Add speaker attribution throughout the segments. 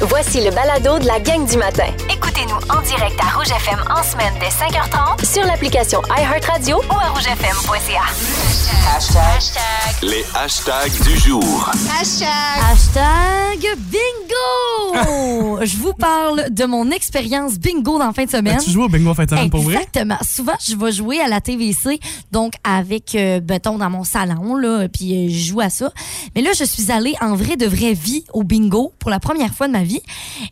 Speaker 1: Voici le balado de la gang du matin. Écoutez-nous en direct à Rouge FM en semaine dès 5h30 sur l'application iHeartRadio ou à rougefm.ca.
Speaker 2: Les hashtags du jour.
Speaker 3: Hashtag bingo! je vous parle de mon expérience bingo dans la fin de semaine.
Speaker 4: As-tu joues au bingo en fin de semaine pour vrai?
Speaker 3: Exactement. Souvent, je vais jouer à la TVC, donc avec euh, béton dans mon salon, là, puis euh, je joue à ça. Mais là, je suis allée en vrai de vraie vie au bingo pour la première fois de ma vie.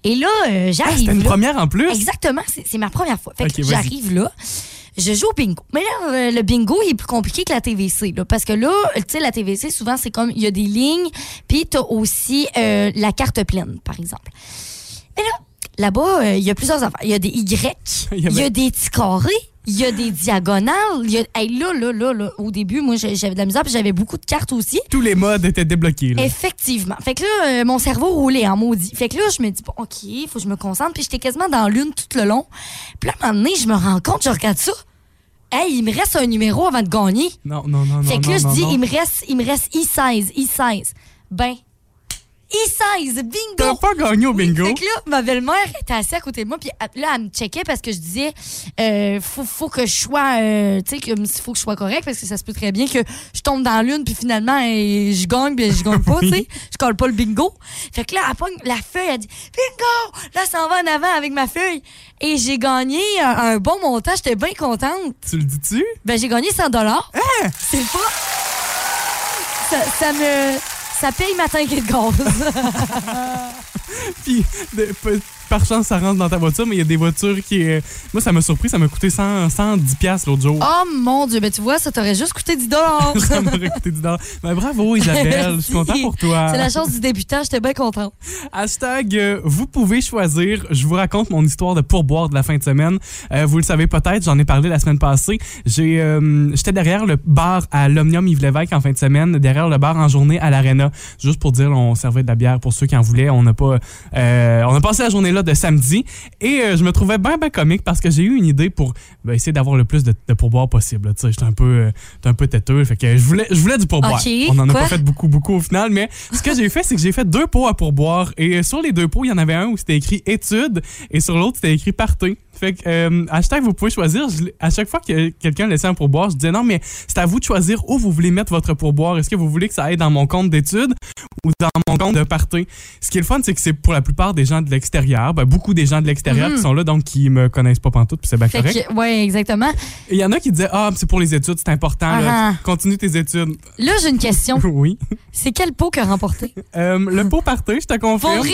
Speaker 3: Et là, euh, j'arrive.
Speaker 4: Ah, C'était une
Speaker 3: là.
Speaker 4: première en plus?
Speaker 3: Exactement, c'est c'est ma première fois. Fait que
Speaker 4: Ok, vas-y.
Speaker 3: j'arrive là. Je joue au bingo. Mais là, euh, le bingo, il est plus compliqué que la TVC. là, parce que là, tu sais, la TVC, souvent, c'est comme, il y a des lignes, puis t'as aussi euh, la carte pleine, par exemple. Mais là, là-bas, euh, il y a plusieurs affaires. Il y a des Y,
Speaker 4: Il y a
Speaker 3: il y
Speaker 4: bien-
Speaker 3: a des petits carrés, il y a des diagonales. il Y a... Hey, là, là, là, là, au début, moi, j'ai- j'avais de la misère, puis j'avais beaucoup de cartes aussi.
Speaker 4: Tous les modes étaient débloqués. là.
Speaker 3: Effectivement. Fait que là, euh, mon cerveau roulait en maudit. Fait que là, je me dis, bon, OK, il faut que je me concentre. Puis j'étais quasiment dans l'une tout le long. Puis là, à un moment donné, je me rends compte, je regarde ça. Hey, il me reste un numéro avant de gagner.
Speaker 4: Non, non, non, non.
Speaker 3: fait que là,
Speaker 4: non, non,
Speaker 3: je dis,
Speaker 4: non.
Speaker 3: il me reste, il me reste I16, I16. Ben, I16,
Speaker 4: T'as
Speaker 3: bingo!
Speaker 4: pas gagné au bingo.
Speaker 3: Fait que là, ma belle-mère était assise à côté de moi, puis elle- là, elle me checkait parce que je disais, euh, faut, faut que je sois, euh, tu sais, comme s'il faut que je sois correct parce que ça se peut très bien que je tombe dans l'une, puis finalement, euh, je gagne, puis je gagne pas, tu sais. Je colle pas le bingo. Fait que là, elle pogne la feuille, elle dit, bingo! Là, elle s'en va en avant avec ma feuille. Et j'ai gagné un, un bon montant, j'étais bien contente.
Speaker 4: Tu le dis-tu?
Speaker 3: Ben, j'ai gagné 100 C'est pas. Ça, ça me. Ça paye ma tanguette de gaz.
Speaker 4: Puis, de- pe- par chance, ça rentre dans ta voiture, mais il y a des voitures qui. euh, Moi, ça m'a surpris, ça m'a coûté 100, 110$ piastres l'autre jour.
Speaker 3: Oh mon Dieu, ben tu vois, ça t'aurait juste coûté 10 dollars.
Speaker 4: Ça m'aurait coûté 10$. Mais bravo, Isabelle, je suis content pour toi.
Speaker 3: C'est la chance du débutant, j'étais bien contente.
Speaker 4: Hashtag, euh, vous pouvez choisir. Je vous raconte mon histoire de pourboire de la fin de semaine. Euh, vous le savez peut-être, j'en ai parlé la semaine passée. J'ai, euh, j'étais derrière le bar à l'Omnium Yves Lévesque en fin de semaine, derrière le bar en journée à l'Arena. Juste pour dire, on servait de la bière pour ceux qui en voulaient. On n'a pas, euh, on a passé la journée là de samedi et euh, je me trouvais bien, bien comique parce que j'ai eu une idée pour ben, essayer d'avoir le plus de, de pourboire possible. là. Tu sais, j'étais un peu, euh, j'étais un peu têteux. Fait que je voulais, je voulais du pourboire.
Speaker 3: Ok,
Speaker 4: on en a
Speaker 3: quoi?
Speaker 4: pas fait fait beaucoup, beaucoup au final, mais ce que j'ai fait, c'est que j'ai fait deux pots à pourboire. Et euh, sur les deux pots, il y en avait un où c'était écrit études et sur l'autre, c'était écrit party. Fait que, euh, hashtag, vous pouvez choisir. Je l'ai- à chaque fois que quelqu'un laissait un pourboire, je disais non, mais c'est à vous de choisir où vous voulez mettre votre pourboire. Est-ce que vous voulez que ça aille dans mon compte d'études ou dans mon compte de party? Ce qui est le fun, c'est que c'est pour la plupart des gens de l'extérieur, ben, beaucoup des gens de l'extérieur
Speaker 3: Mhm.
Speaker 4: qui sont là, donc qui me connaissent pas pantoute, puis c'est bien
Speaker 3: Fait
Speaker 4: correct.
Speaker 3: que, ouais, exactement.
Speaker 4: Et il y en a qui disaient, ah, c'est pour les études, c'est important, là.
Speaker 3: Ah. Oh.
Speaker 4: continue tes études.
Speaker 3: Là, j'ai une question.
Speaker 4: oui.
Speaker 3: C'est quel pot que remporté?
Speaker 4: Euh, le pot party, je te
Speaker 3: Pour
Speaker 4: confirme.
Speaker 3: vrai?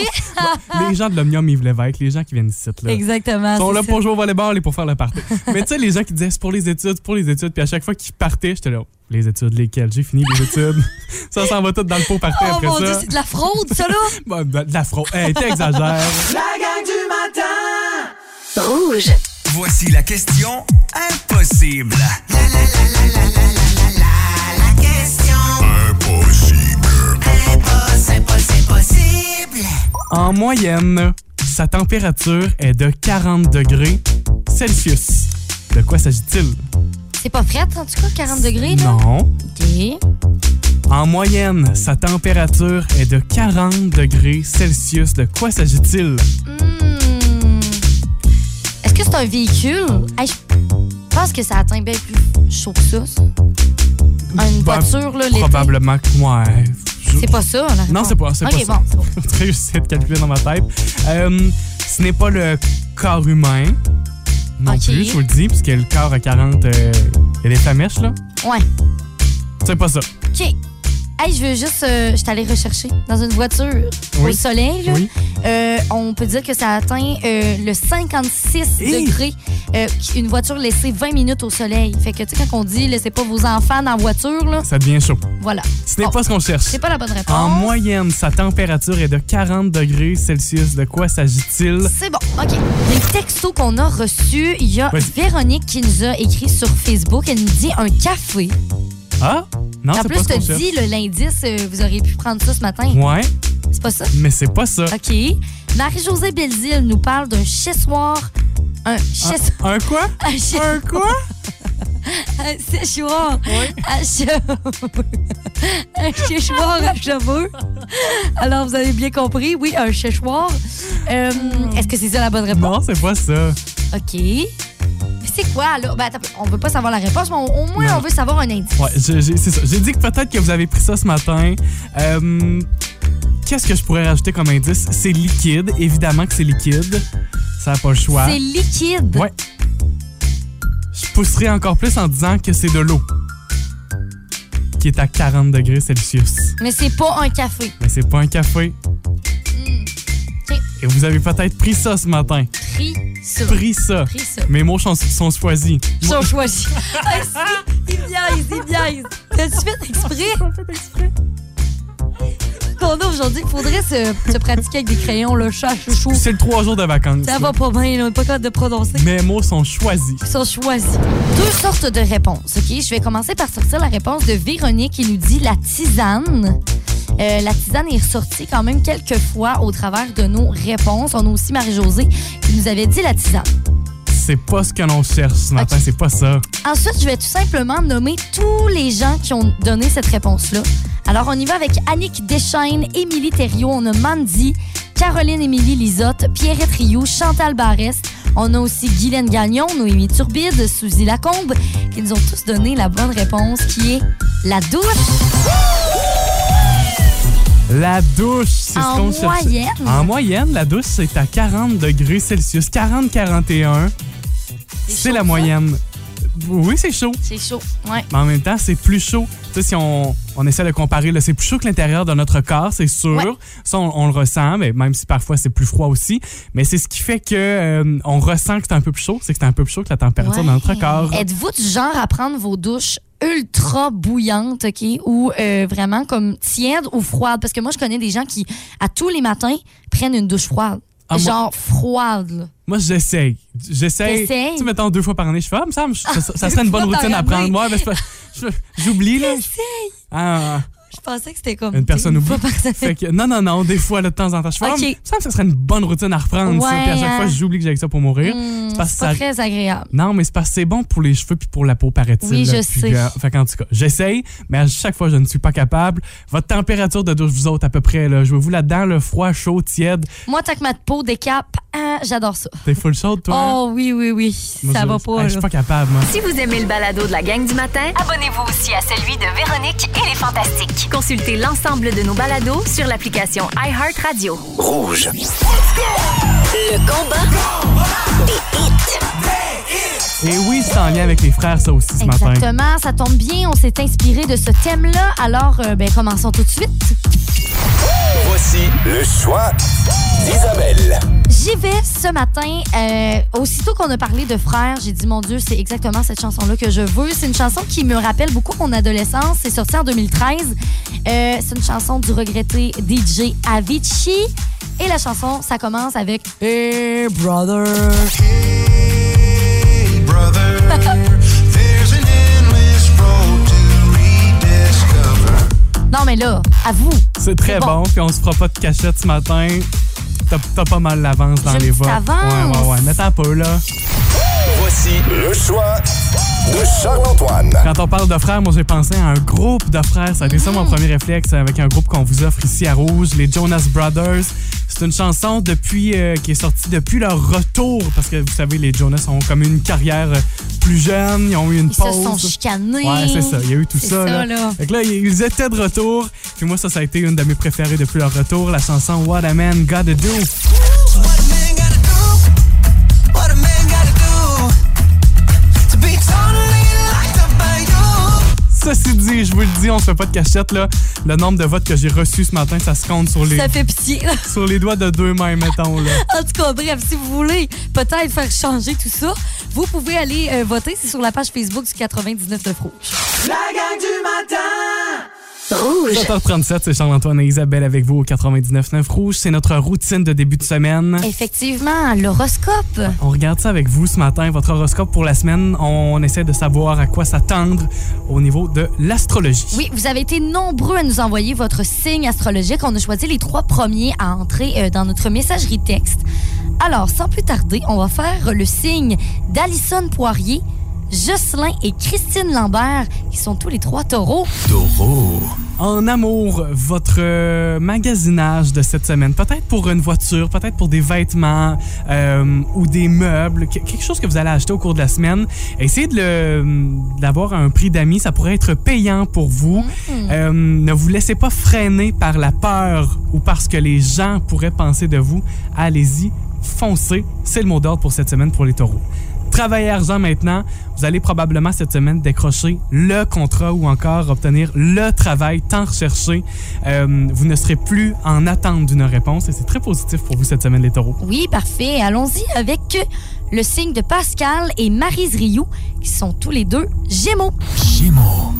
Speaker 4: les gens de l'Omnium Yves Lévesque, les gens qui viennent ici, là.
Speaker 3: Exactement.
Speaker 4: sont
Speaker 3: c'est
Speaker 4: là
Speaker 3: ça.
Speaker 4: pour jouer au volleyball et pour faire le party. Mais tu sais, les gens qui disaient c'est pour les études, c'est pour les études, puis à chaque fois qu'ils partaient, j'étais là, Oh, les études, lesquelles J'ai fini les études. ça s'en va tout dans le pot party
Speaker 3: Oh
Speaker 4: après
Speaker 3: mon Dieu,
Speaker 4: ça.
Speaker 3: c'est de la fraude, ça, là?
Speaker 4: Bon, de de la fraude. Hey, t'exagères.
Speaker 1: Rouge.
Speaker 2: Voici la question impossible.
Speaker 4: en moyenne, sa température est de 40 degrés Celsius. De quoi s'agit-il?
Speaker 3: C'est pas frette, en tout cas, 40 degrés, là?
Speaker 4: Non.
Speaker 3: Ok.
Speaker 4: En moyenne, sa température est de 40 degrés Celsius. De quoi s'agit-il?
Speaker 3: Hmm. Est-ce que c'est un véhicule? Hey, je pense que ça atteint bien plus chaud que ça, ça. Une
Speaker 4: Ben,
Speaker 3: voiture, là, l'été.
Speaker 4: Probablement que ouais. Je-
Speaker 3: C'est pas ça, la
Speaker 4: Non,
Speaker 3: réponse.
Speaker 4: c'est pas- c'est
Speaker 3: Ok,
Speaker 4: pas ça.
Speaker 3: bon, c'est bon.
Speaker 4: J'essaie de calculer dans ma tête. Euh, ce n'est pas le corps humain. Non
Speaker 3: Ok.
Speaker 4: plus, je vous le dis, puisque le corps à 40, euh, il y a des flamèches, là.
Speaker 3: Ouais.
Speaker 4: C'est pas ça.
Speaker 3: OK. Hey, je veux juste. euh, je suis allée rechercher dans une voiture
Speaker 4: Oui.
Speaker 3: au soleil. là.
Speaker 4: Oui.
Speaker 3: Euh, on peut dire que ça atteint euh, le 56
Speaker 4: Hey!
Speaker 3: degrés. euh, une voiture laissée 20 minutes au soleil. Fait que, tu sais, quand on dit laissez pas vos enfants dans la voiture, là,
Speaker 4: Ça devient chaud.
Speaker 3: voilà.
Speaker 4: Ce n'est
Speaker 3: Bon.
Speaker 4: pas ce qu'on cherche.
Speaker 3: Oh. C'est pas la bonne réponse.
Speaker 4: En moyenne, sa température est de 40 degrés Celsius. De quoi s'agit-il?
Speaker 3: C'est bon, OK. Les textos qu'on a reçus, il y a
Speaker 4: Vas-y.
Speaker 3: Véronique qui nous a écrit sur Facebook. Elle nous dit un café.
Speaker 4: Ah? Non,
Speaker 3: en
Speaker 4: c'est
Speaker 3: plus,
Speaker 4: pas ce
Speaker 3: te
Speaker 4: qu'on cherche.
Speaker 3: dit le l'indice, euh, vous auriez pu prendre ça ce matin.
Speaker 4: Ouais,
Speaker 3: C'est pas ça?
Speaker 4: mais c'est pas ça.
Speaker 3: OK. Marie-Josée Belzile nous parle d'un chissoir. Un chiss...
Speaker 4: Ah. Un quoi?
Speaker 3: Un chiss-
Speaker 4: Un quoi?
Speaker 3: Un séchoir à cheveux. un séchoir à cheveux. Alors, vous avez bien compris, oui, un séchoir. Euh, Est-ce que c'est ça la bonne réponse?
Speaker 4: Non, c'est pas ça.
Speaker 3: OK. Mais C'est quoi, là? Ben, attends, on veut pas savoir la réponse, mais on- au moins,
Speaker 4: Non.
Speaker 3: on veut savoir un indice.
Speaker 4: Ouais, je- j'ai- c'est ça. J'ai dit que peut-être que vous avez pris ça ce matin. Euh, Qu'est-ce que je pourrais rajouter comme indice? C'est liquide. Évidemment que c'est liquide. Ça n'a pas le choix.
Speaker 3: C'est liquide.
Speaker 4: Ouais. Je pousserai encore plus en disant que c'est de l'eau. Qui est à 40 degrés Celsius.
Speaker 3: Mais c'est pas un café.
Speaker 4: Mais c'est pas un café.
Speaker 3: Mm. Tiens.
Speaker 4: Et vous avez peut-être pris ça ce matin.
Speaker 3: Pris ça.
Speaker 4: Pris ça.
Speaker 3: Pris ça.
Speaker 4: Mes mots sont, sont choisis.
Speaker 3: Ils sont choisis. Ah, si, il biaise, il biaise. T'as-tu fait exprès? Qu'on a aujourd'hui, il faudrait se, se pratiquer avec des crayons, le chat, chouchou.
Speaker 4: C'est le trois jours de vacances.
Speaker 3: Ça
Speaker 4: là.
Speaker 3: va pas bien, là, on est pas capable de prononcer.
Speaker 4: Mes mots sont choisis.
Speaker 3: Ils sont choisis. Deux sortes de réponses, OK? Je vais commencer par sortir la réponse de Véronique qui nous dit la tisane. Euh, la tisane est ressortie quand même quelques fois au travers de nos réponses. On a aussi Marie-Josée qui nous avait dit la tisane.
Speaker 4: C'est pas ce que l'on cherche ce matin,
Speaker 3: Ok.
Speaker 4: c'est pas ça.
Speaker 3: Ensuite, je vais tout simplement nommer tous les gens qui ont donné cette réponse-là. Alors, on y va avec Annick Deschaines, Émilie Thériault, on a Mandy, Caroline Émilie Lisotte, Pierrette Rioux, Chantal Barrest. On a aussi Guylaine Gagnon, Noémie Turbide, Suzy Lacombe, qui nous ont tous donné la bonne réponse qui est la douche
Speaker 4: La douche, c'est ce
Speaker 3: En
Speaker 4: qu'on cherche.
Speaker 3: moyenne.
Speaker 4: En moyenne, la douche, c'est à 40 degrés Celsius. 40-41, c'est
Speaker 3: chaud,
Speaker 4: la
Speaker 3: ça?
Speaker 4: moyenne. Oui, c'est chaud.
Speaker 3: C'est chaud, ouais.
Speaker 4: Mais en même temps, c'est plus chaud. Tu sais, si on, on essaie de comparer, là, c'est plus chaud que l'intérieur de notre corps, c'est sûr.
Speaker 3: Ouais.
Speaker 4: Ça, on, on le ressent, mais même si parfois c'est plus froid aussi. Mais c'est ce qui fait que euh, on ressent que c'est un peu plus chaud, c'est que c'est un peu plus chaud que la température de notre corps.
Speaker 3: Êtes-vous du genre à prendre vos douches ultra bouillantes, OK, ou euh, vraiment comme tièdes ou froides? Parce que moi, je connais des gens qui, à tous les matins, prennent une douche froide.
Speaker 4: Ah, moi-
Speaker 3: genre froide, là.
Speaker 4: Moi, j'essaye. J'essaye.
Speaker 3: T'essayes?
Speaker 4: Tu sais, mettons deux fois par année, je fais, ah, me semble, je- ça, ça serait une
Speaker 3: deux
Speaker 4: bonne
Speaker 3: fois par
Speaker 4: routine à
Speaker 3: année.
Speaker 4: prendre. Ouais, mais c'est pas- je- j'oublie, là. Ah,
Speaker 3: Je pensais que c'était comme...
Speaker 4: Une personne
Speaker 3: fois
Speaker 4: oublie.
Speaker 3: par-
Speaker 4: fait que, non, non, non, des fois, là, de temps en temps, je fais, ah,
Speaker 3: Ok.
Speaker 4: me semble que ça serait une bonne routine à reprendre, ça.
Speaker 3: Ouais,
Speaker 4: Puis à chaque
Speaker 3: hein.
Speaker 4: fois, j'oublie que j'ai que ça pour mourir.
Speaker 3: Hmm,
Speaker 4: C'est
Speaker 3: c'est
Speaker 4: parce
Speaker 3: pas
Speaker 4: que ça-
Speaker 3: très agréable.
Speaker 4: Non, mais c'est parce que c'est bon pour les cheveux puis pour la peau, paraît-il.
Speaker 3: Oui,
Speaker 4: là.
Speaker 3: je
Speaker 4: Puis,
Speaker 3: sais.
Speaker 4: euh, fait qu'en tout cas, j'essaye, mais à chaque fois, je ne suis pas capable. Votre température de douche, vous autres, à peu près, là, jouez-vous là-dedans, le froid, chaud, tiède.
Speaker 3: Moi, tant que ma peau décape, hein, j'adore ça.
Speaker 4: T'es full chaude, toi? hein?
Speaker 3: Oh oui, oui, oui.
Speaker 4: Moi,
Speaker 3: ça
Speaker 4: je-
Speaker 3: va pas,
Speaker 4: Hey, Je suis
Speaker 3: là.
Speaker 4: pas capable, moi.
Speaker 1: Si vous aimez le balado de la gang du matin, abonnez-vous aussi à celui de Véronique et les Fantastiques. Consultez l'ensemble de nos balados sur l'application iHeartRadio.
Speaker 2: Rouge.
Speaker 1: Le combat des hits.
Speaker 4: Et oui, c'est en lien avec les frères, ça aussi, ce matin.
Speaker 3: Exactement, ça tombe bien, on s'est inspiré de ce thème-là. Alors, euh, ben, commençons tout de suite.
Speaker 2: Voici le choix d'Isabelle.
Speaker 3: J'y vais ce matin. Euh, aussitôt qu'on a parlé de frères, j'ai dit, mon Dieu, c'est exactement cette chanson-là que je veux. C'est une chanson qui me rappelle beaucoup mon adolescence. C'est sorti en 2013. Euh, c'est une chanson du regretté DJ Avicii. Et la chanson, ça commence avec Hey, brother.
Speaker 5: Hey, brother, there's an endless road to rediscover.
Speaker 3: Non, mais là, à vous.
Speaker 4: C'est très
Speaker 3: C'est bon.
Speaker 4: bon. puis on se fera pas de cachette ce matin. T'as t'as pas mal l'avance dans
Speaker 3: J'ai une
Speaker 4: les
Speaker 3: petite
Speaker 4: votes.
Speaker 3: avance.
Speaker 4: Ouais, ouais, ouais. Mais t'as un peu, là.
Speaker 2: Voici le choix de Charles-Antoine.
Speaker 4: Quand on parle de frères, moi j'ai pensé à un groupe de frères. Ça a été ça
Speaker 3: Mm.
Speaker 4: mon premier réflexe avec un groupe qu'on vous offre ici à Rouge, les Jonas Brothers. C'est une chanson depuis euh, qui est sortie depuis leur retour parce que vous savez les Jonas ont comme une carrière euh, plus jeune, ils ont eu une
Speaker 3: Ils
Speaker 4: pause.
Speaker 3: se sont chicanés.
Speaker 4: Ouais, c'est ça. Il y a eu tout
Speaker 3: C'est
Speaker 4: ça.
Speaker 3: ça,
Speaker 4: là.
Speaker 3: là.
Speaker 4: Fait que là, ils étaient de retour. Puis moi, ça, ça a été une de mes préférées depuis leur retour, la chanson What a Man Gotta Do.
Speaker 5: What a man gotta do, what a man gotta do to be totally locked up by you.
Speaker 4: Ceci dit, je vous le dis, on se fait pas de cachette, là. Le nombre de votes que j'ai reçus ce matin, ça se compte sur les,
Speaker 3: Ça fait pitié.
Speaker 4: sur les doigts de deux mains, mettons, là.
Speaker 3: En tout cas, bref, si vous voulez peut-être faire changer tout ça, vous pouvez aller euh, voter. C'est sur la page Facebook du 99 de Rouge.
Speaker 6: La gang du matin
Speaker 4: 7h37, c'est Charles-Antoine et Isabelle avec vous au 99.9 Rouge. C'est notre routine de début de semaine.
Speaker 3: Effectivement, l'horoscope.
Speaker 4: On regarde ça avec vous ce matin, votre horoscope pour la semaine. On essaie de savoir à quoi s'attendre au niveau de l'astrologie.
Speaker 3: Oui, vous avez été nombreux à nous envoyer votre signe astrologique. On a choisi les trois premiers à entrer euh, dans notre messagerie texte. Alors, sans plus tarder, on va faire le signe d'Alison Poirier, Jocelyn et Christine Lambert, qui sont tous les trois taureaux.
Speaker 4: En amour, votre euh, magasinage de cette semaine, peut-être pour une voiture, peut-être pour des vêtements euh, ou des meubles, que- quelque chose que vous allez acheter au cours de la semaine, essayez de le- d'avoir un prix d'amis, ça pourrait être payant pour vous. Euh, ne vous laissez pas freiner par la peur ou par ce que les gens pourraient penser de vous. Allez-y, foncez, c'est le mot d'ordre pour cette semaine pour les taureaux. Travaillez-en maintenant. Vous allez probablement cette semaine décrocher le contrat ou encore obtenir le travail tant recherché. Euh, vous ne serez plus en attente d'une réponse et c'est très positif pour vous cette semaine, les taureaux.
Speaker 3: Oui, parfait. Allons-y avec le signe de Pascal et Marise Rioux, qui sont tous les deux gémeaux.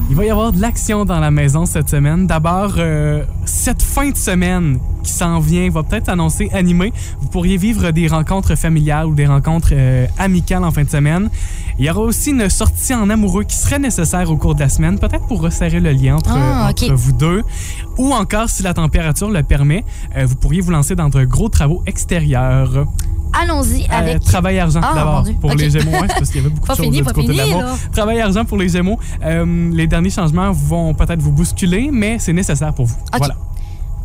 Speaker 4: Il va y avoir de l'action dans la maison cette semaine. D'abord, euh, cette fin de semaine qui s'en vient va peut-être annoncer animée. Vous pourriez vivre des rencontres familiales ou des rencontres euh, amicales en fin de semaine. Il y aura aussi une sortie en amoureux qui serait nécessaire au cours de la semaine, peut-être pour resserrer le lien entre,
Speaker 3: Ah,
Speaker 4: entre
Speaker 3: ok.
Speaker 4: vous deux. Ou encore, si la température le permet, euh, vous pourriez vous lancer dans de gros travaux extérieurs.
Speaker 3: Allons-y
Speaker 4: Euh,
Speaker 3: avec...
Speaker 4: travail argent
Speaker 3: Ah, mon
Speaker 4: d'abord
Speaker 3: Dieu.
Speaker 4: pour
Speaker 3: Ok.
Speaker 4: les Gémeaux, hein, c'est parce qu'il y avait beaucoup
Speaker 3: Pas
Speaker 4: de choses
Speaker 3: fini,
Speaker 4: du
Speaker 3: pas
Speaker 4: côté de
Speaker 3: fini,
Speaker 4: l'amour.
Speaker 3: là.
Speaker 4: Travail argent pour les Gémeaux. Euh, les derniers changements vont peut-être vous bousculer, mais c'est nécessaire pour vous.
Speaker 3: Ok.
Speaker 4: Voilà.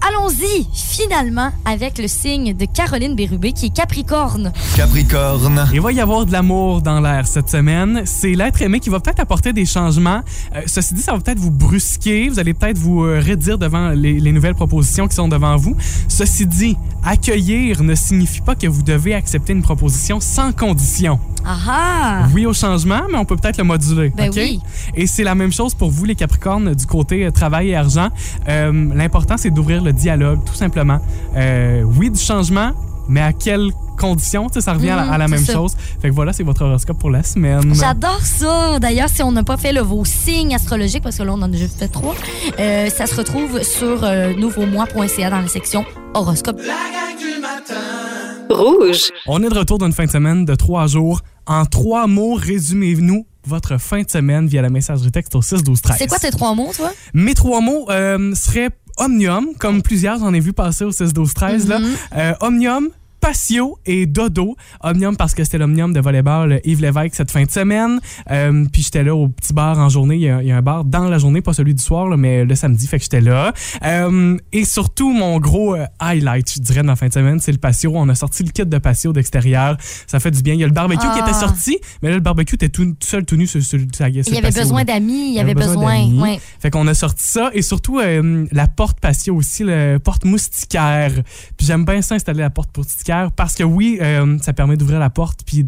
Speaker 3: Allons-y finalement avec le signe de Caroline Bérubé, qui est Capricorne.
Speaker 2: Capricorne.
Speaker 4: Il va y avoir de l'amour dans l'air cette semaine. C'est l'être aimé qui va peut-être apporter des changements. Euh, ceci dit, ça va peut-être vous brusquer. Vous allez peut-être vous euh, redire devant les, les nouvelles propositions qui sont devant vous. Ceci dit, accueillir ne signifie pas que vous devez accepter une proposition sans condition.
Speaker 3: Ah ah!
Speaker 4: Oui au changement, mais on peut peut-être le moduler.
Speaker 3: Ben
Speaker 4: OK?
Speaker 3: oui.
Speaker 4: Et c'est la même chose pour vous, les Capricornes, du côté euh, travail et argent. Euh, L'important, c'est d'ouvrir le dialogue, tout simplement. Euh, oui, du changement, mais à quelles conditions? Tu sais, ça revient à, la- à la
Speaker 3: Mhm,
Speaker 4: même
Speaker 3: c'est ça.
Speaker 4: chose. Fait que voilà, c'est votre horoscope pour la semaine.
Speaker 3: J'adore ça. D'ailleurs, si on n'a pas fait le, vos signes astrologiques, parce que là, on en a juste fait trois, euh, ça se retrouve sur euh, nouveaumois.ca dans la section horoscope.
Speaker 6: La gang du matin.
Speaker 1: Rouge.
Speaker 4: On est de retour d'une fin de semaine de trois jours. En trois mots, résumez-nous votre fin de semaine via la messagerie texte au 6 12 13
Speaker 3: C'est quoi tes trois mots, toi?
Speaker 4: Mes trois mots euh, seraient omnium, comme plusieurs, j'en ai vu passer au 16-12-13. là.
Speaker 3: Mm-hmm.
Speaker 4: Euh, omnium, patio et dodo. Omnium parce que c'était l'omnium de volleyball euh, Yves Lévesque cette fin de semaine. Euh, puis j'étais là au petit bar en journée. Il y, a, il y a un bar dans la journée, pas celui du soir, là, mais le samedi, fait que j'étais là. Euh, et surtout, mon gros euh, highlight, je dirais, de ma fin de semaine, c'est le patio. On a sorti le kit de patio d'extérieur. Ça fait du bien. Il y a le barbecue qui
Speaker 3: Ah.
Speaker 4: était sorti, mais là, le barbecue était tout, tout seul, tout nu sur, sur, sur- sur
Speaker 3: Il y
Speaker 4: le
Speaker 3: avait
Speaker 4: patio,
Speaker 3: besoin
Speaker 4: là.
Speaker 3: d'amis, il y avait besoin.
Speaker 4: d'amis.
Speaker 3: ouais.
Speaker 4: Fait qu'on a sorti ça et surtout euh, la porte patio aussi, la porte moustiquaire. Puis j'aime bien ça installer la porte moustiquaire parce que oui, euh, ça permet d'ouvrir la porte puis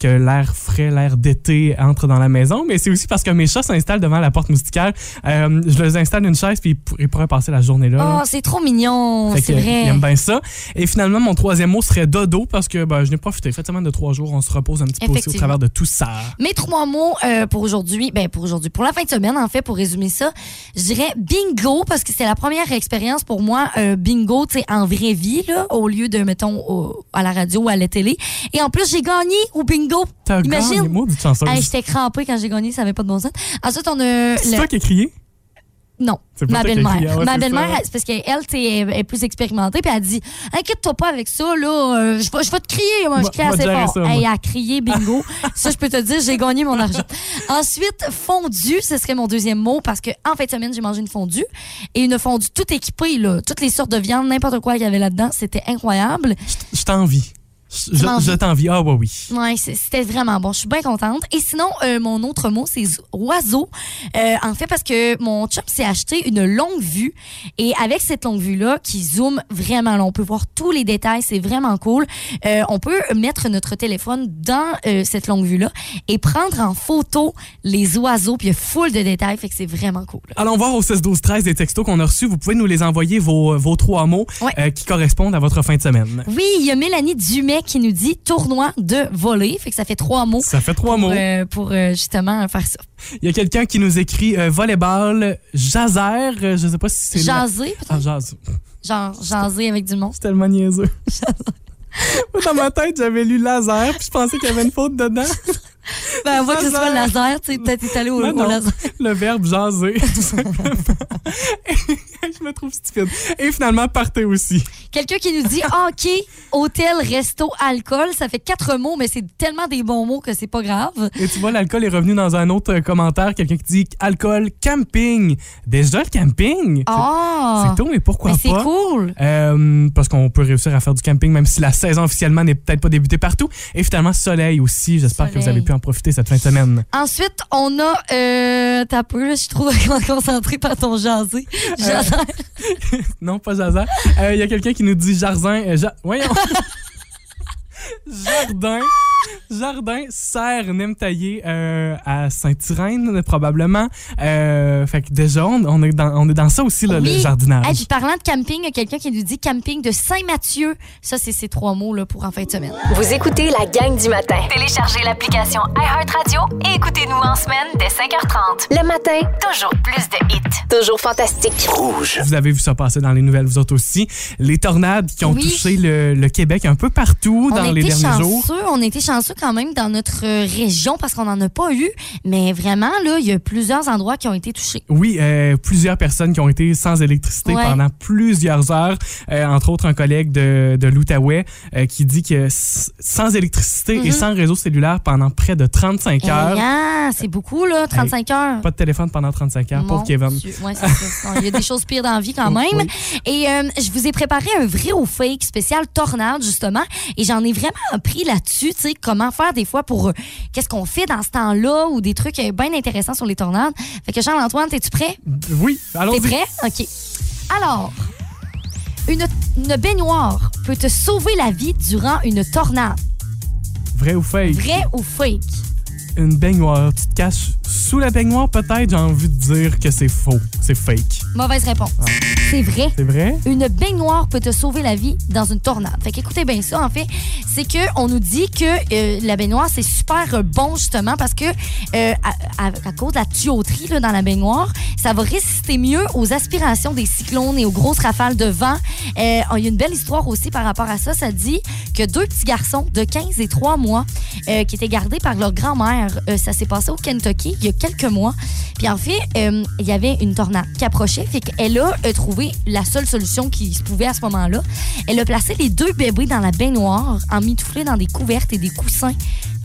Speaker 4: que l'air frais, l'air d'été entre dans la maison, mais c'est aussi parce que mes chats s'installent devant la porte moustiquaire. Euh, je les installe une chaise puis ils pour- ils pourraient passer la journée là.
Speaker 3: Oh,
Speaker 4: là.
Speaker 3: c'est trop mignon,
Speaker 4: Fait
Speaker 3: c'est
Speaker 4: que,
Speaker 3: vrai.
Speaker 4: J'aime bien ça. Et finalement, mon troisième mot serait dodo parce que ben, je n'ai profité. Fait semaine de trois jours, on se repose un petit peu aussi au
Speaker 3: Effectivement.
Speaker 4: travers de tout ça.
Speaker 3: Mes trois mots euh, pour aujourd'hui, ben pour aujourd'hui, pour la fin de semaine en fait, pour résumer ça, je dirais bingo parce que c'est la première expérience pour moi euh, bingo, tu sais en vraie vie là, au lieu de mettons au- à la radio ou à la télé. Et en plus j'ai gagné au bingo.
Speaker 4: T'as
Speaker 3: Imagine.
Speaker 4: gagné, maudite chanceuse.
Speaker 3: Hey, J'étais crampée quand j'ai gagné, ça avait pas de bon sens. Ensuite on a
Speaker 4: c'est
Speaker 3: le-
Speaker 4: toi qui as crié?
Speaker 3: non,
Speaker 4: C'est
Speaker 3: ma
Speaker 4: pas toi qui as crié,
Speaker 3: belle-mère.
Speaker 4: ah ouais,
Speaker 3: ma
Speaker 4: c'est
Speaker 3: belle-mère,
Speaker 4: ça.
Speaker 3: elle- c'est parce qu'elle elle, tu sais, elle est plus expérimentée, puis elle dit Inquiète-toi pas avec ça, là, euh, je vais je vais te crier, moi, je
Speaker 4: Moi,
Speaker 3: crie
Speaker 4: moi,
Speaker 3: assez
Speaker 4: gérer
Speaker 3: fort.
Speaker 4: ça,
Speaker 3: Hey,
Speaker 4: moi.
Speaker 3: elle a crié bingo. ça, je peux te dire, j'ai gagné mon argent. Ensuite, fondue, ce serait mon deuxième mot, parce qu'en fin de semaine, j'ai mangé une fondue. Et une fondue toute équipée, là, toutes les sortes de viande, n'importe quoi qu'il y avait là-dedans, c'était incroyable.
Speaker 4: Je t'envie. Je,
Speaker 3: m'envies.
Speaker 4: je t'envie. Ah, ouais, oui.
Speaker 3: Ouais, c'est- c'était vraiment bon. Je suis bien contente. Et sinon, euh, mon autre mot, c'est zo- oiseau. Euh, en fait, parce que mon chum s'est acheté une longue vue. Et avec cette longue vue-là, qui zoome vraiment, là, on peut voir tous les détails. C'est vraiment cool. Euh, on peut mettre notre téléphone dans euh, cette longue vue-là et prendre en photo les oiseaux. Puis il y a full de détails. Fait que c'est vraiment cool.
Speaker 4: Allons voir au 16 12 13 des textos qu'on a reçus. Vous pouvez nous les envoyer vos, vos trois mots
Speaker 3: Ouais.
Speaker 4: euh, qui correspondent à votre fin de semaine.
Speaker 3: Oui, il y a Mélanie Dumais qui nous dit tournoi de volée. Fait que ça fait trois mots.
Speaker 4: Ça fait trois
Speaker 3: Pour,
Speaker 4: mots.
Speaker 3: euh, pour euh, justement faire ça.
Speaker 4: Il y a quelqu'un qui nous écrit euh, volleyball, jaser. euh, je sais pas si c'est. la-
Speaker 3: Jaser,
Speaker 4: Ah, jazz.
Speaker 3: genre jaser avec du monde.
Speaker 4: C'est tellement niaiseux. Moi, dans ma tête, j'avais lu laser, puis je pensais qu'il y avait une faute dedans.
Speaker 3: Ben, on voit que ce
Speaker 4: Laser.
Speaker 3: soit le laser, tu sais, peut-être étalé au,
Speaker 4: Ben Non,
Speaker 3: au
Speaker 4: non.
Speaker 3: laser.
Speaker 4: Le verbe jaser, tout simplement. je me trouve stupide. Et finalement, partez aussi.
Speaker 3: Quelqu'un qui nous dit hockey, hôtel, resto, alcool. Ça fait quatre mots, mais c'est tellement des bons mots que c'est pas grave.
Speaker 4: Et tu vois, l'alcool est revenu dans un autre euh, commentaire. Quelqu'un qui dit alcool, camping. Déjà le camping?
Speaker 3: Ah!
Speaker 4: C'est tôt, mais pourquoi
Speaker 3: Mais
Speaker 4: pas?
Speaker 3: c'est cool!
Speaker 4: Euh, parce qu'on peut réussir à faire du camping, même si la saison officiellement n'est peut-être pas débutée partout. Et finalement, soleil aussi. J'espère que vous
Speaker 3: Soleil.
Speaker 4: avez pu en profiter cette fin de semaine.
Speaker 3: Ensuite, on a. Euh, T'as peu, là, je suis trop concentrée par ton jaser. Jaser.
Speaker 4: Non, pas Jazan. Il y a quelqu'un qui nous dit jardin. euh, ja- Voyons. jardin. Jardin, serre, Nîmes taillé euh, à Saint-Irène, probablement. Euh, fait que déjà, on, on est, dans, on est dans ça aussi, là, le
Speaker 3: Oui.
Speaker 4: jardinage.
Speaker 3: Hey, puis parlant de camping, il y a quelqu'un qui nous dit camping de Saint-Mathieu. Ça, c'est ces trois mots là, pour en fin de semaine.
Speaker 1: Vous écoutez la gang du matin. Téléchargez l'application iHeartRadio et écoutez-nous en semaine dès 5h30. Le matin, toujours plus de hits. Toujours fantastique.
Speaker 2: Rouge.
Speaker 4: Vous avez vu ça passer dans les nouvelles, vous autres aussi. Les tornades qui ont
Speaker 3: Oui.
Speaker 4: touché le, le Québec un peu partout
Speaker 3: on
Speaker 4: dans
Speaker 3: a
Speaker 4: les
Speaker 3: été
Speaker 4: derniers
Speaker 3: chanceux,
Speaker 4: jours.
Speaker 3: on a été chanceux quand même dans notre euh, région parce qu'on n'en a pas eu. Mais vraiment, là, il y a plusieurs endroits qui ont été touchés.
Speaker 4: Oui, euh, plusieurs personnes qui ont été sans électricité
Speaker 3: Ouais.
Speaker 4: pendant plusieurs heures. Euh, entre autres, un collègue de, de l'Outaouais euh, qui dit que s- sans électricité et sans réseau cellulaire pendant près de 35
Speaker 3: Mhm.
Speaker 4: heures.
Speaker 3: Eh, hein, c'est beaucoup, là, 35 heures.
Speaker 4: Pas de téléphone pendant 35 heures.
Speaker 3: Mon
Speaker 4: Pauvre Kevin.
Speaker 3: Dieu. Ouais, c'est ça. Non, Il y a des choses pires dans la vie quand même. Et euh, je vous ai préparé un vrai ou fake spécial tornade, justement. Et j'en ai vraiment appris là-dessus, tu sais, comment faire des fois pour euh, qu'est-ce qu'on fait dans ce temps-là ou des trucs euh, bien intéressants sur les tornades. Fait que Jean-Antoine, es-tu prêt?
Speaker 4: Oui,
Speaker 3: T'es
Speaker 4: allons-y.
Speaker 3: prêt? OK. Alors, une, une baignoire peut te sauver la vie durant une tornade.
Speaker 4: Vrai ou fake?
Speaker 3: Vrai ou fake?
Speaker 4: Une baignoire. Tu te caches sous la baignoire, peut-être? J'ai envie de dire que c'est faux. C'est fake.
Speaker 3: Mauvaise réponse. C'est vrai.
Speaker 4: C'est vrai?
Speaker 3: une baignoire peut te sauver la vie dans une tornade. Fait qu'écoutez bien ça, en fait, c'est que on nous dit que euh, la baignoire, c'est super euh, bon, justement, parce que euh, à, à- à cause de la tuyauterie là, dans la baignoire, ça va résister mieux aux aspirations des cyclones et aux grosses rafales de vent. Euh, Il y a une belle histoire aussi par rapport à ça. Ça dit que deux petits garçons de 15 et 3 mois euh, qui étaient gardés par leur grand-mère, euh, ça s'est passé au Kentucky il y a quelques mois. Puis en fait, euh, il y avait une tornade qui approchait. Fait qu'elle a euh, trouvé la seule solution qui se pouvait à ce moment-là. Elle a placé les deux bébés dans la baignoire, en mitouflés dans des couvertes et des coussins.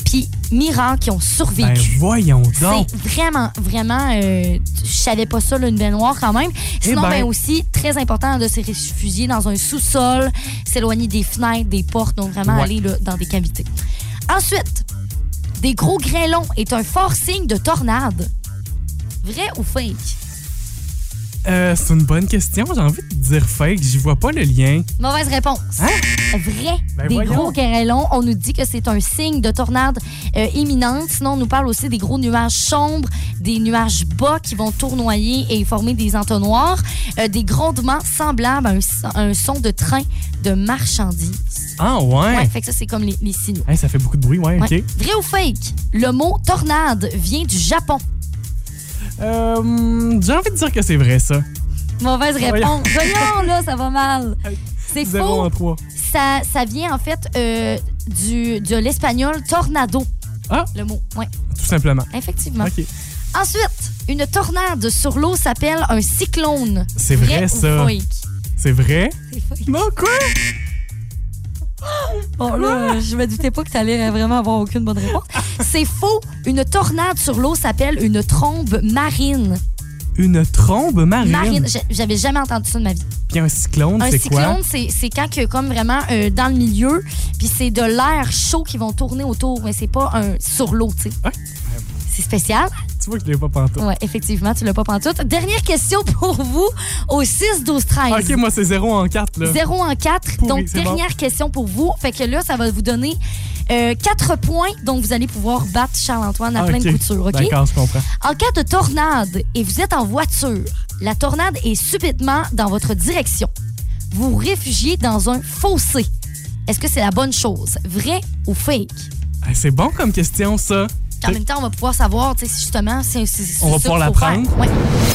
Speaker 3: Puis, miracle, ils ont
Speaker 4: Ben
Speaker 3: survécu.
Speaker 4: voyons donc.
Speaker 3: c'est vraiment, vraiment, euh, je savais pas ça, là, une baignoire quand même. Sinon,
Speaker 4: ben.
Speaker 3: ben, aussi, très important de se réfugier dans un sous-sol, s'éloigner des fenêtres, des portes, donc vraiment
Speaker 4: Ouais.
Speaker 3: aller là, dans des cavités. Ensuite, des gros grêlons est un fort signe de tornade. Vrai ou fake?
Speaker 4: Euh, c'est une bonne question. J'ai envie de dire fake. J'y vois pas le lien.
Speaker 3: Mauvaise réponse. Vrai.
Speaker 4: Ben
Speaker 3: des
Speaker 4: voyons.
Speaker 3: gros grêlons. On nous dit que c'est un signe de tornade euh, imminente. Sinon, on nous parle aussi des gros nuages sombres, des nuages bas qui vont tournoyer et former des entonnoirs, euh, des grondements semblables à un, so- un son de train de marchandises.
Speaker 4: Ah ouais.
Speaker 3: Ouais, fait que ça, c'est comme les, les signaux.
Speaker 4: Hey, ça fait beaucoup de bruit, ouais,
Speaker 3: Ouais.
Speaker 4: ok.
Speaker 3: Vrai ou fake? Le mot tornade vient du Japon.
Speaker 4: Euh, j'ai envie de dire que c'est vrai, ça.
Speaker 3: Mauvaise
Speaker 4: Voyons.
Speaker 3: réponse. Voyons, là, ça va mal. C'est faux.
Speaker 4: 0 en 3.
Speaker 3: Ça, ça vient en fait euh, du, de l'espagnol tornado.
Speaker 4: Ah.
Speaker 3: Le mot, oui,
Speaker 4: Tout simplement.
Speaker 3: effectivement.
Speaker 4: Ok.
Speaker 3: Ensuite, une tornade sur l'eau s'appelle un cyclone.
Speaker 4: C'est vrai,
Speaker 3: ou
Speaker 4: ça.
Speaker 3: fake?
Speaker 4: C'est vrai?
Speaker 3: C'est fake.
Speaker 4: Non, quoi?
Speaker 3: Bon, là, euh, je me doutais pas que t'allais vraiment avoir aucune bonne réponse. C'est faux. Une tornade sur l'eau s'appelle une trombe marine.
Speaker 4: Une trombe marine.
Speaker 3: Marine. J'a- J'avais jamais entendu ça de ma vie.
Speaker 4: Puis un cyclone,
Speaker 3: Un
Speaker 4: c'est quoi?
Speaker 3: cyclone, c'est c'est quand que comme vraiment euh, dans le milieu, puis c'est de l'air chaud qui vont tourner autour, mais c'est pas un sur l'eau, tu sais.
Speaker 4: Ouais.
Speaker 3: C'est spécial.
Speaker 4: Tu vois que je l'ai pas pantoute.
Speaker 3: Ouais, effectivement, tu l'as pas pantoute. Dernière question pour vous au 6 12 13.
Speaker 4: Ok, moi, c'est 0 en 4, là.
Speaker 3: 0 en 4.
Speaker 4: Pourri,
Speaker 3: donc,
Speaker 4: c'est bon.
Speaker 3: dernière question pour vous. Fait que là, ça va vous donner 4 points. Donc, vous allez pouvoir battre Charles-Antoine à
Speaker 4: Ah,
Speaker 3: pleine
Speaker 4: ok.
Speaker 3: couture, OK?
Speaker 4: D'accord, je comprends.
Speaker 3: En cas de tornade et vous êtes en voiture, la tornade est subitement dans votre direction. Vous vous réfugiez dans un fossé. Est-ce que c'est la bonne chose? Vrai ou fake?
Speaker 4: Eh, Ah, c'est bon comme question, ça.
Speaker 3: Puis en même temps, on va pouvoir savoir, tu sais, si justement, c'est c'est- c'est
Speaker 4: On va
Speaker 3: ça
Speaker 4: pouvoir
Speaker 3: qu'il faut faire.
Speaker 4: l'apprendre.
Speaker 3: Ouais.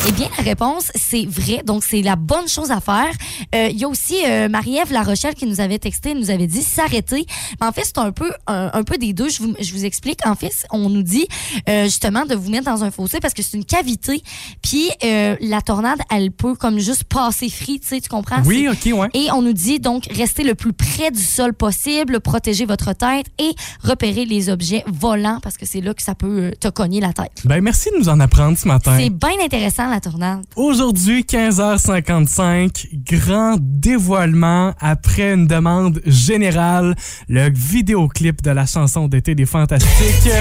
Speaker 3: Eh bien, la réponse, c'est vrai. Donc, c'est la bonne chose à faire. Euh, Il y a aussi euh, Marie-Ève Larochelle qui nous avait texté, elle nous avait dit s'arrêter. En fait, c'est un peu, un, un peu des deux. Je vous, je vous explique. En fait, on nous dit euh, justement de vous mettre dans un fossé parce que c'est une cavité. Puis, euh, la tornade, elle peut comme juste passer free, tu sais, tu comprends?
Speaker 4: Oui,
Speaker 3: C'est-
Speaker 4: ok, ouais.
Speaker 3: et on nous dit donc rester le plus près du sol possible, protéger votre tête et repérer les objets volants parce que c'est là que ça peut euh, te cogner la tête.
Speaker 4: Ben, merci de nous en apprendre ce matin.
Speaker 3: C'est bien intéressant la tornade.
Speaker 4: Aujourd'hui, 15h55, grand dévoilement après une demande générale, le vidéoclip de la chanson d'été des Fantastiques.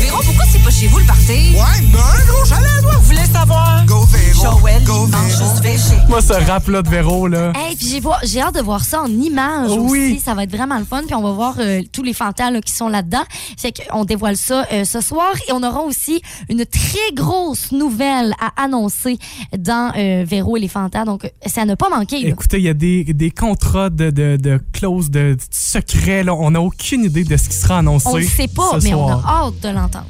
Speaker 7: Véro, pourquoi c'est pas chez vous le party?
Speaker 5: Ouais, ben un gros chalet, toi!
Speaker 7: Vous voulez savoir?
Speaker 5: Go Véro!
Speaker 7: Joël,
Speaker 5: Go Véro!
Speaker 7: juste végé.
Speaker 4: Moi, ce rap-là de Véro, là.
Speaker 3: Hey, puis j'ai voir- j'ai hâte de voir ça en image
Speaker 4: Oh Oui.
Speaker 3: aussi. Ça va être vraiment le fun. Puis on va voir euh, tous les fantasmes là, qui sont là-dedans. Fait qu'on dévoile ça euh, ce soir. Et on aura aussi une très grosse nouvelle à annoncer dans euh, Véro et les fantasmes. Donc, euh, ça ne pas manquer. là.
Speaker 4: Écoutez, il y a des, des contrats de, de, de clauses de, de secrets, là. On n'a aucune idée de ce qui sera annoncé.
Speaker 3: On ne sait pas,
Speaker 4: ce
Speaker 3: mais on
Speaker 4: soir.
Speaker 3: a hâte de l'entendre.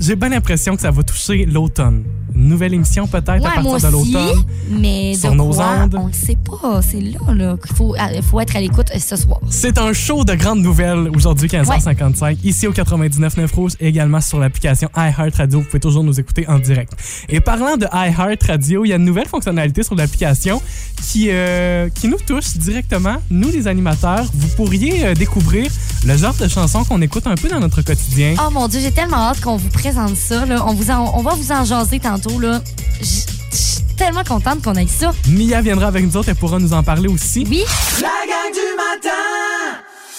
Speaker 4: J'ai bien l'impression que ça va toucher l'automne. Une nouvelle émission, peut-être, à
Speaker 3: Ouais, moi
Speaker 4: partir de
Speaker 3: aussi,
Speaker 4: l'automne.
Speaker 3: Mais
Speaker 4: Sur
Speaker 3: de
Speaker 4: nos
Speaker 3: quoi,
Speaker 4: ondes.
Speaker 3: on le sait pas. C'est là, là qu'il faut, à- faut être à l'écoute euh, ce soir.
Speaker 4: C'est un show de grandes nouvelles aujourd'hui, 15h55, ici au 99.9 Rouge, et également sur l'application iHeartRadio. Vous pouvez toujours nous écouter en direct. Et parlant de iHeartRadio, il y a une nouvelle fonctionnalité sur l'application qui, euh, qui nous touche directement, nous les animateurs. Vous pourriez euh, découvrir le genre de chansons qu'on écoute un peu dans notre quotidien.
Speaker 3: Oh mon Dieu, j'ai tellement hâte qu'on vous présente ça. Là. On, vous en- on va vous en jaser tantôt. là. J- Je suis tellement contente qu'on ait ça.
Speaker 4: Mia viendra avec nous autres, elle pourra nous en parler aussi.
Speaker 3: Oui,
Speaker 6: La gang du matin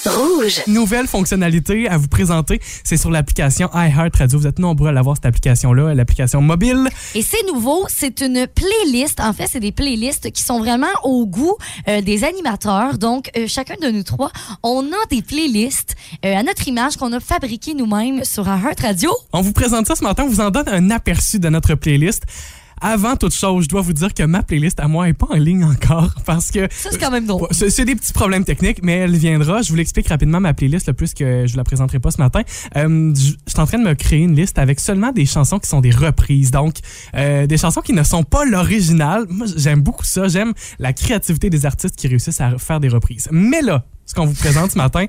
Speaker 1: Rouge.
Speaker 4: nouvelle fonctionnalité à vous présenter. C'est sur l'application iHeartRadio. Vous êtes nombreux à l'avoir, cette application-là, l'application mobile.
Speaker 3: et c'est nouveau, c'est une playlist. En fait, c'est des playlists qui sont vraiment au goût euh, des animateurs. Donc, euh, chacun de nous trois, on a des playlists euh, à notre image qu'on a fabriquées nous-mêmes sur Heart Radio.
Speaker 4: On vous présente ça ce matin. On vous en donne un aperçu de notre playlist. Avant toute chose, je dois vous dire que ma playlist à moi n'est pas en ligne encore parce que
Speaker 3: Ça, c'est quand même drôle.
Speaker 4: Ouais, C'est c'est des petits problèmes techniques, mais elle viendra. Je vous l'explique rapidement, ma playlist, le plus que je la présenterai pas ce matin. Euh, je je suis en train de me créer une liste avec seulement des chansons qui sont des reprises, donc euh, des chansons qui ne sont pas l'original. Moi, j'aime beaucoup ça. J'aime la créativité des artistes qui réussissent à faire des reprises. Mais là, ce qu'on vous présente ce matin...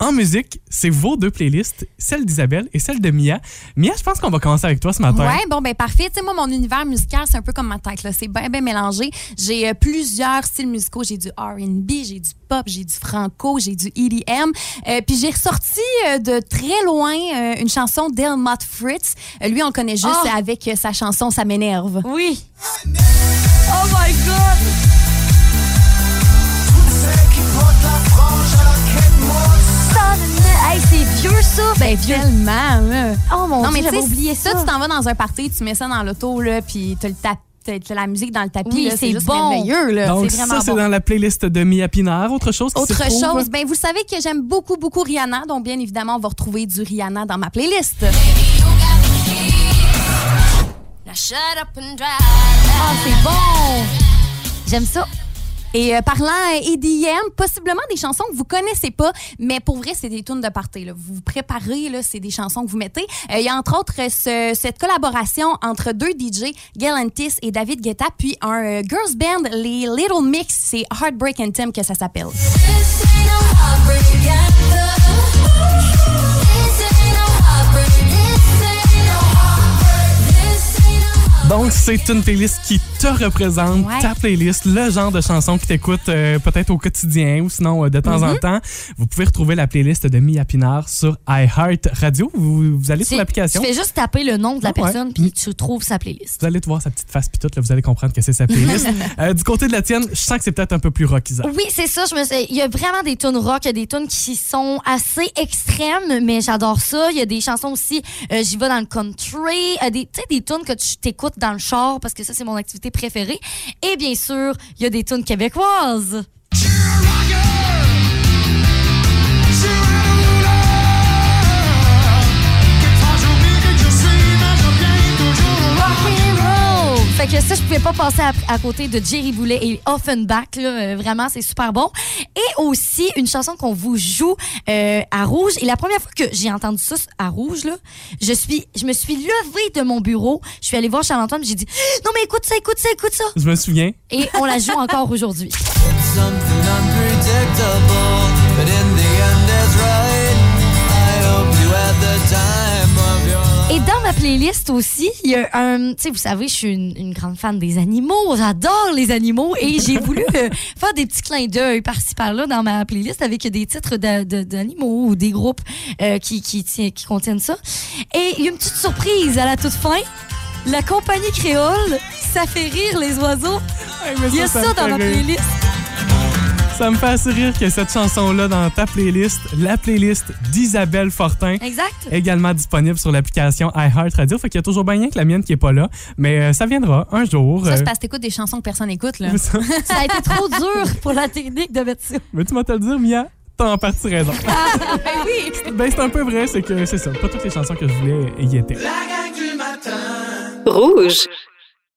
Speaker 4: En musique, c'est vos deux playlists, celle d'Isabelle et celle de Mia. Mia, je pense qu'on va commencer avec toi ce matin.
Speaker 8: Ouais, bon, ben parfait. Tu sais, moi, mon univers musical, c'est un peu comme ma tête, là. C'est bien, bien mélangé. J'ai euh, plusieurs styles musicaux. J'ai du R&B, j'ai du pop, j'ai du franco, j'ai du EDM. Euh, puis j'ai ressorti euh, de très loin euh, une chanson d'Elmot Fritz. Euh, lui, on le connaît juste
Speaker 3: Oh!
Speaker 8: avec euh, sa chanson « Ça m'énerve
Speaker 3: Oui. Oh my God! Hey, c'est vieux ça! ». Ben vieux.
Speaker 8: Tellement, là.
Speaker 3: Oh mon
Speaker 8: non, mais
Speaker 3: dieu,
Speaker 8: tu
Speaker 3: j'avais
Speaker 8: sais,
Speaker 3: oublié ça.
Speaker 8: ça, tu t'en vas dans un party, tu mets ça dans l'auto, là, puis tu le tapes. t'as- t'as la musique dans le tapis,
Speaker 3: Oui,
Speaker 8: là,
Speaker 3: c'est
Speaker 8: c'est juste
Speaker 3: bon.
Speaker 8: merveilleux. Là.
Speaker 4: Donc
Speaker 8: c'est
Speaker 4: ça,
Speaker 8: vraiment
Speaker 4: c'est
Speaker 8: bon.
Speaker 4: dans la playlist de Mia Pinard. Autre chose qui
Speaker 8: Autre
Speaker 4: se trouve?
Speaker 8: chose, ben vous savez que j'aime beaucoup, beaucoup Rihanna, donc bien évidemment, on va retrouver du Rihanna dans ma playlist.
Speaker 3: Ah, c'est bon! J'aime ça.
Speaker 8: Et euh, parlant euh, EDM, possiblement des chansons que vous connaissez pas, mais pour vrai, c'est des tunes de party. Là. Vous vous préparez, là, c'est des chansons que vous mettez. Euh, Il y a entre autres euh, ce- cette collaboration entre deux DJ, Galantis et David Guetta, puis un euh, girls band, les Little Mix, c'est Heartbreak and Tim que ça s'appelle.
Speaker 4: Donc, c'est une playlist qui te représente,
Speaker 8: Ouais.
Speaker 4: ta playlist, le genre de chanson que t'écoutes euh, peut-être au quotidien ou sinon euh, de temps en temps. Vous pouvez retrouver la playlist de Mia Pinard sur iHeart Radio. Vous, vous allez sur
Speaker 3: Tu-
Speaker 4: l'application.
Speaker 3: Tu fais juste taper le nom de la
Speaker 4: Ah, ouais.
Speaker 3: personne puis tu trouves sa playlist.
Speaker 4: Vous allez te voir sa petite face pis tout, là, vous allez comprendre que c'est sa playlist. Euh, du côté de la tienne, je sens que c'est peut-être un peu plus rockisant.
Speaker 3: Oui, c'est ça. Je me suis- Il y a vraiment des tunes rock, il y a des tunes qui sont assez extrêmes, mais j'adore ça. Il y a des chansons aussi, euh, j'y vais dans le country, euh, des, tu sais, des tunes que tu t'écoutes dans le char parce que ça, c'est mon activité préférée. Et bien sûr, il y a des tunes québécoises. Rock and roll. Fait Fait que ça, je pouvais pas passer à, à côté de Jerry Boulet et Offenbach. Là, Euh, vraiment, c'est super bon. Et aussi, une chanson qu'on vous joue euh, à Rouge. Et la première fois que j'ai entendu ça à Rouge, là, je, suis, je me suis levée de mon bureau. Je suis allée voir Charles-Antoine j'ai dit « Non, mais écoute ça, écoute ça, écoute ça!
Speaker 4: Je me souviens. »
Speaker 3: Et on la joue encore aujourd'hui.
Speaker 5: Something unpredictable, but in the end it's right. I hope you had the time of your life.
Speaker 3: Et dans ma playlist aussi, il y a un. Tu sais, vous savez, je suis une, une grande fan des animaux. J'adore les animaux et j'ai voulu euh, faire des petits clins d'œil par-ci par-là dans ma playlist avec des titres d'a- de- d'animaux ou des groupes euh, qui, qui, ti- qui contiennent ça. Et il y a une petite surprise à la toute fin. La compagnie créole, ça fait rire les oiseaux. Il y a ça, dans ma playlist.
Speaker 4: Ça me fait assez rire que cette chanson-là dans ta playlist, la playlist d'Isabelle Fortin,
Speaker 3: Exact.
Speaker 4: également disponible sur l'application iHeartRadio. Fait qu'il y a toujours bien rien que la mienne qui est pas là, mais euh, ça viendra un jour.
Speaker 8: Ça,
Speaker 4: Euh,
Speaker 8: c'est parce que t'écoutes des chansons que personne n'écoute, là.
Speaker 4: ça-
Speaker 3: Ça a été trop dur pour la technique de mettre ça.
Speaker 4: Mais tu m'as te le dire, Mia, t'as en partie raison.
Speaker 8: Ben oui!
Speaker 4: ben c'est un peu vrai, c'est que c'est ça. Pas toutes les chansons que je voulais y étaient.
Speaker 6: La gang du matin.
Speaker 1: Rouge.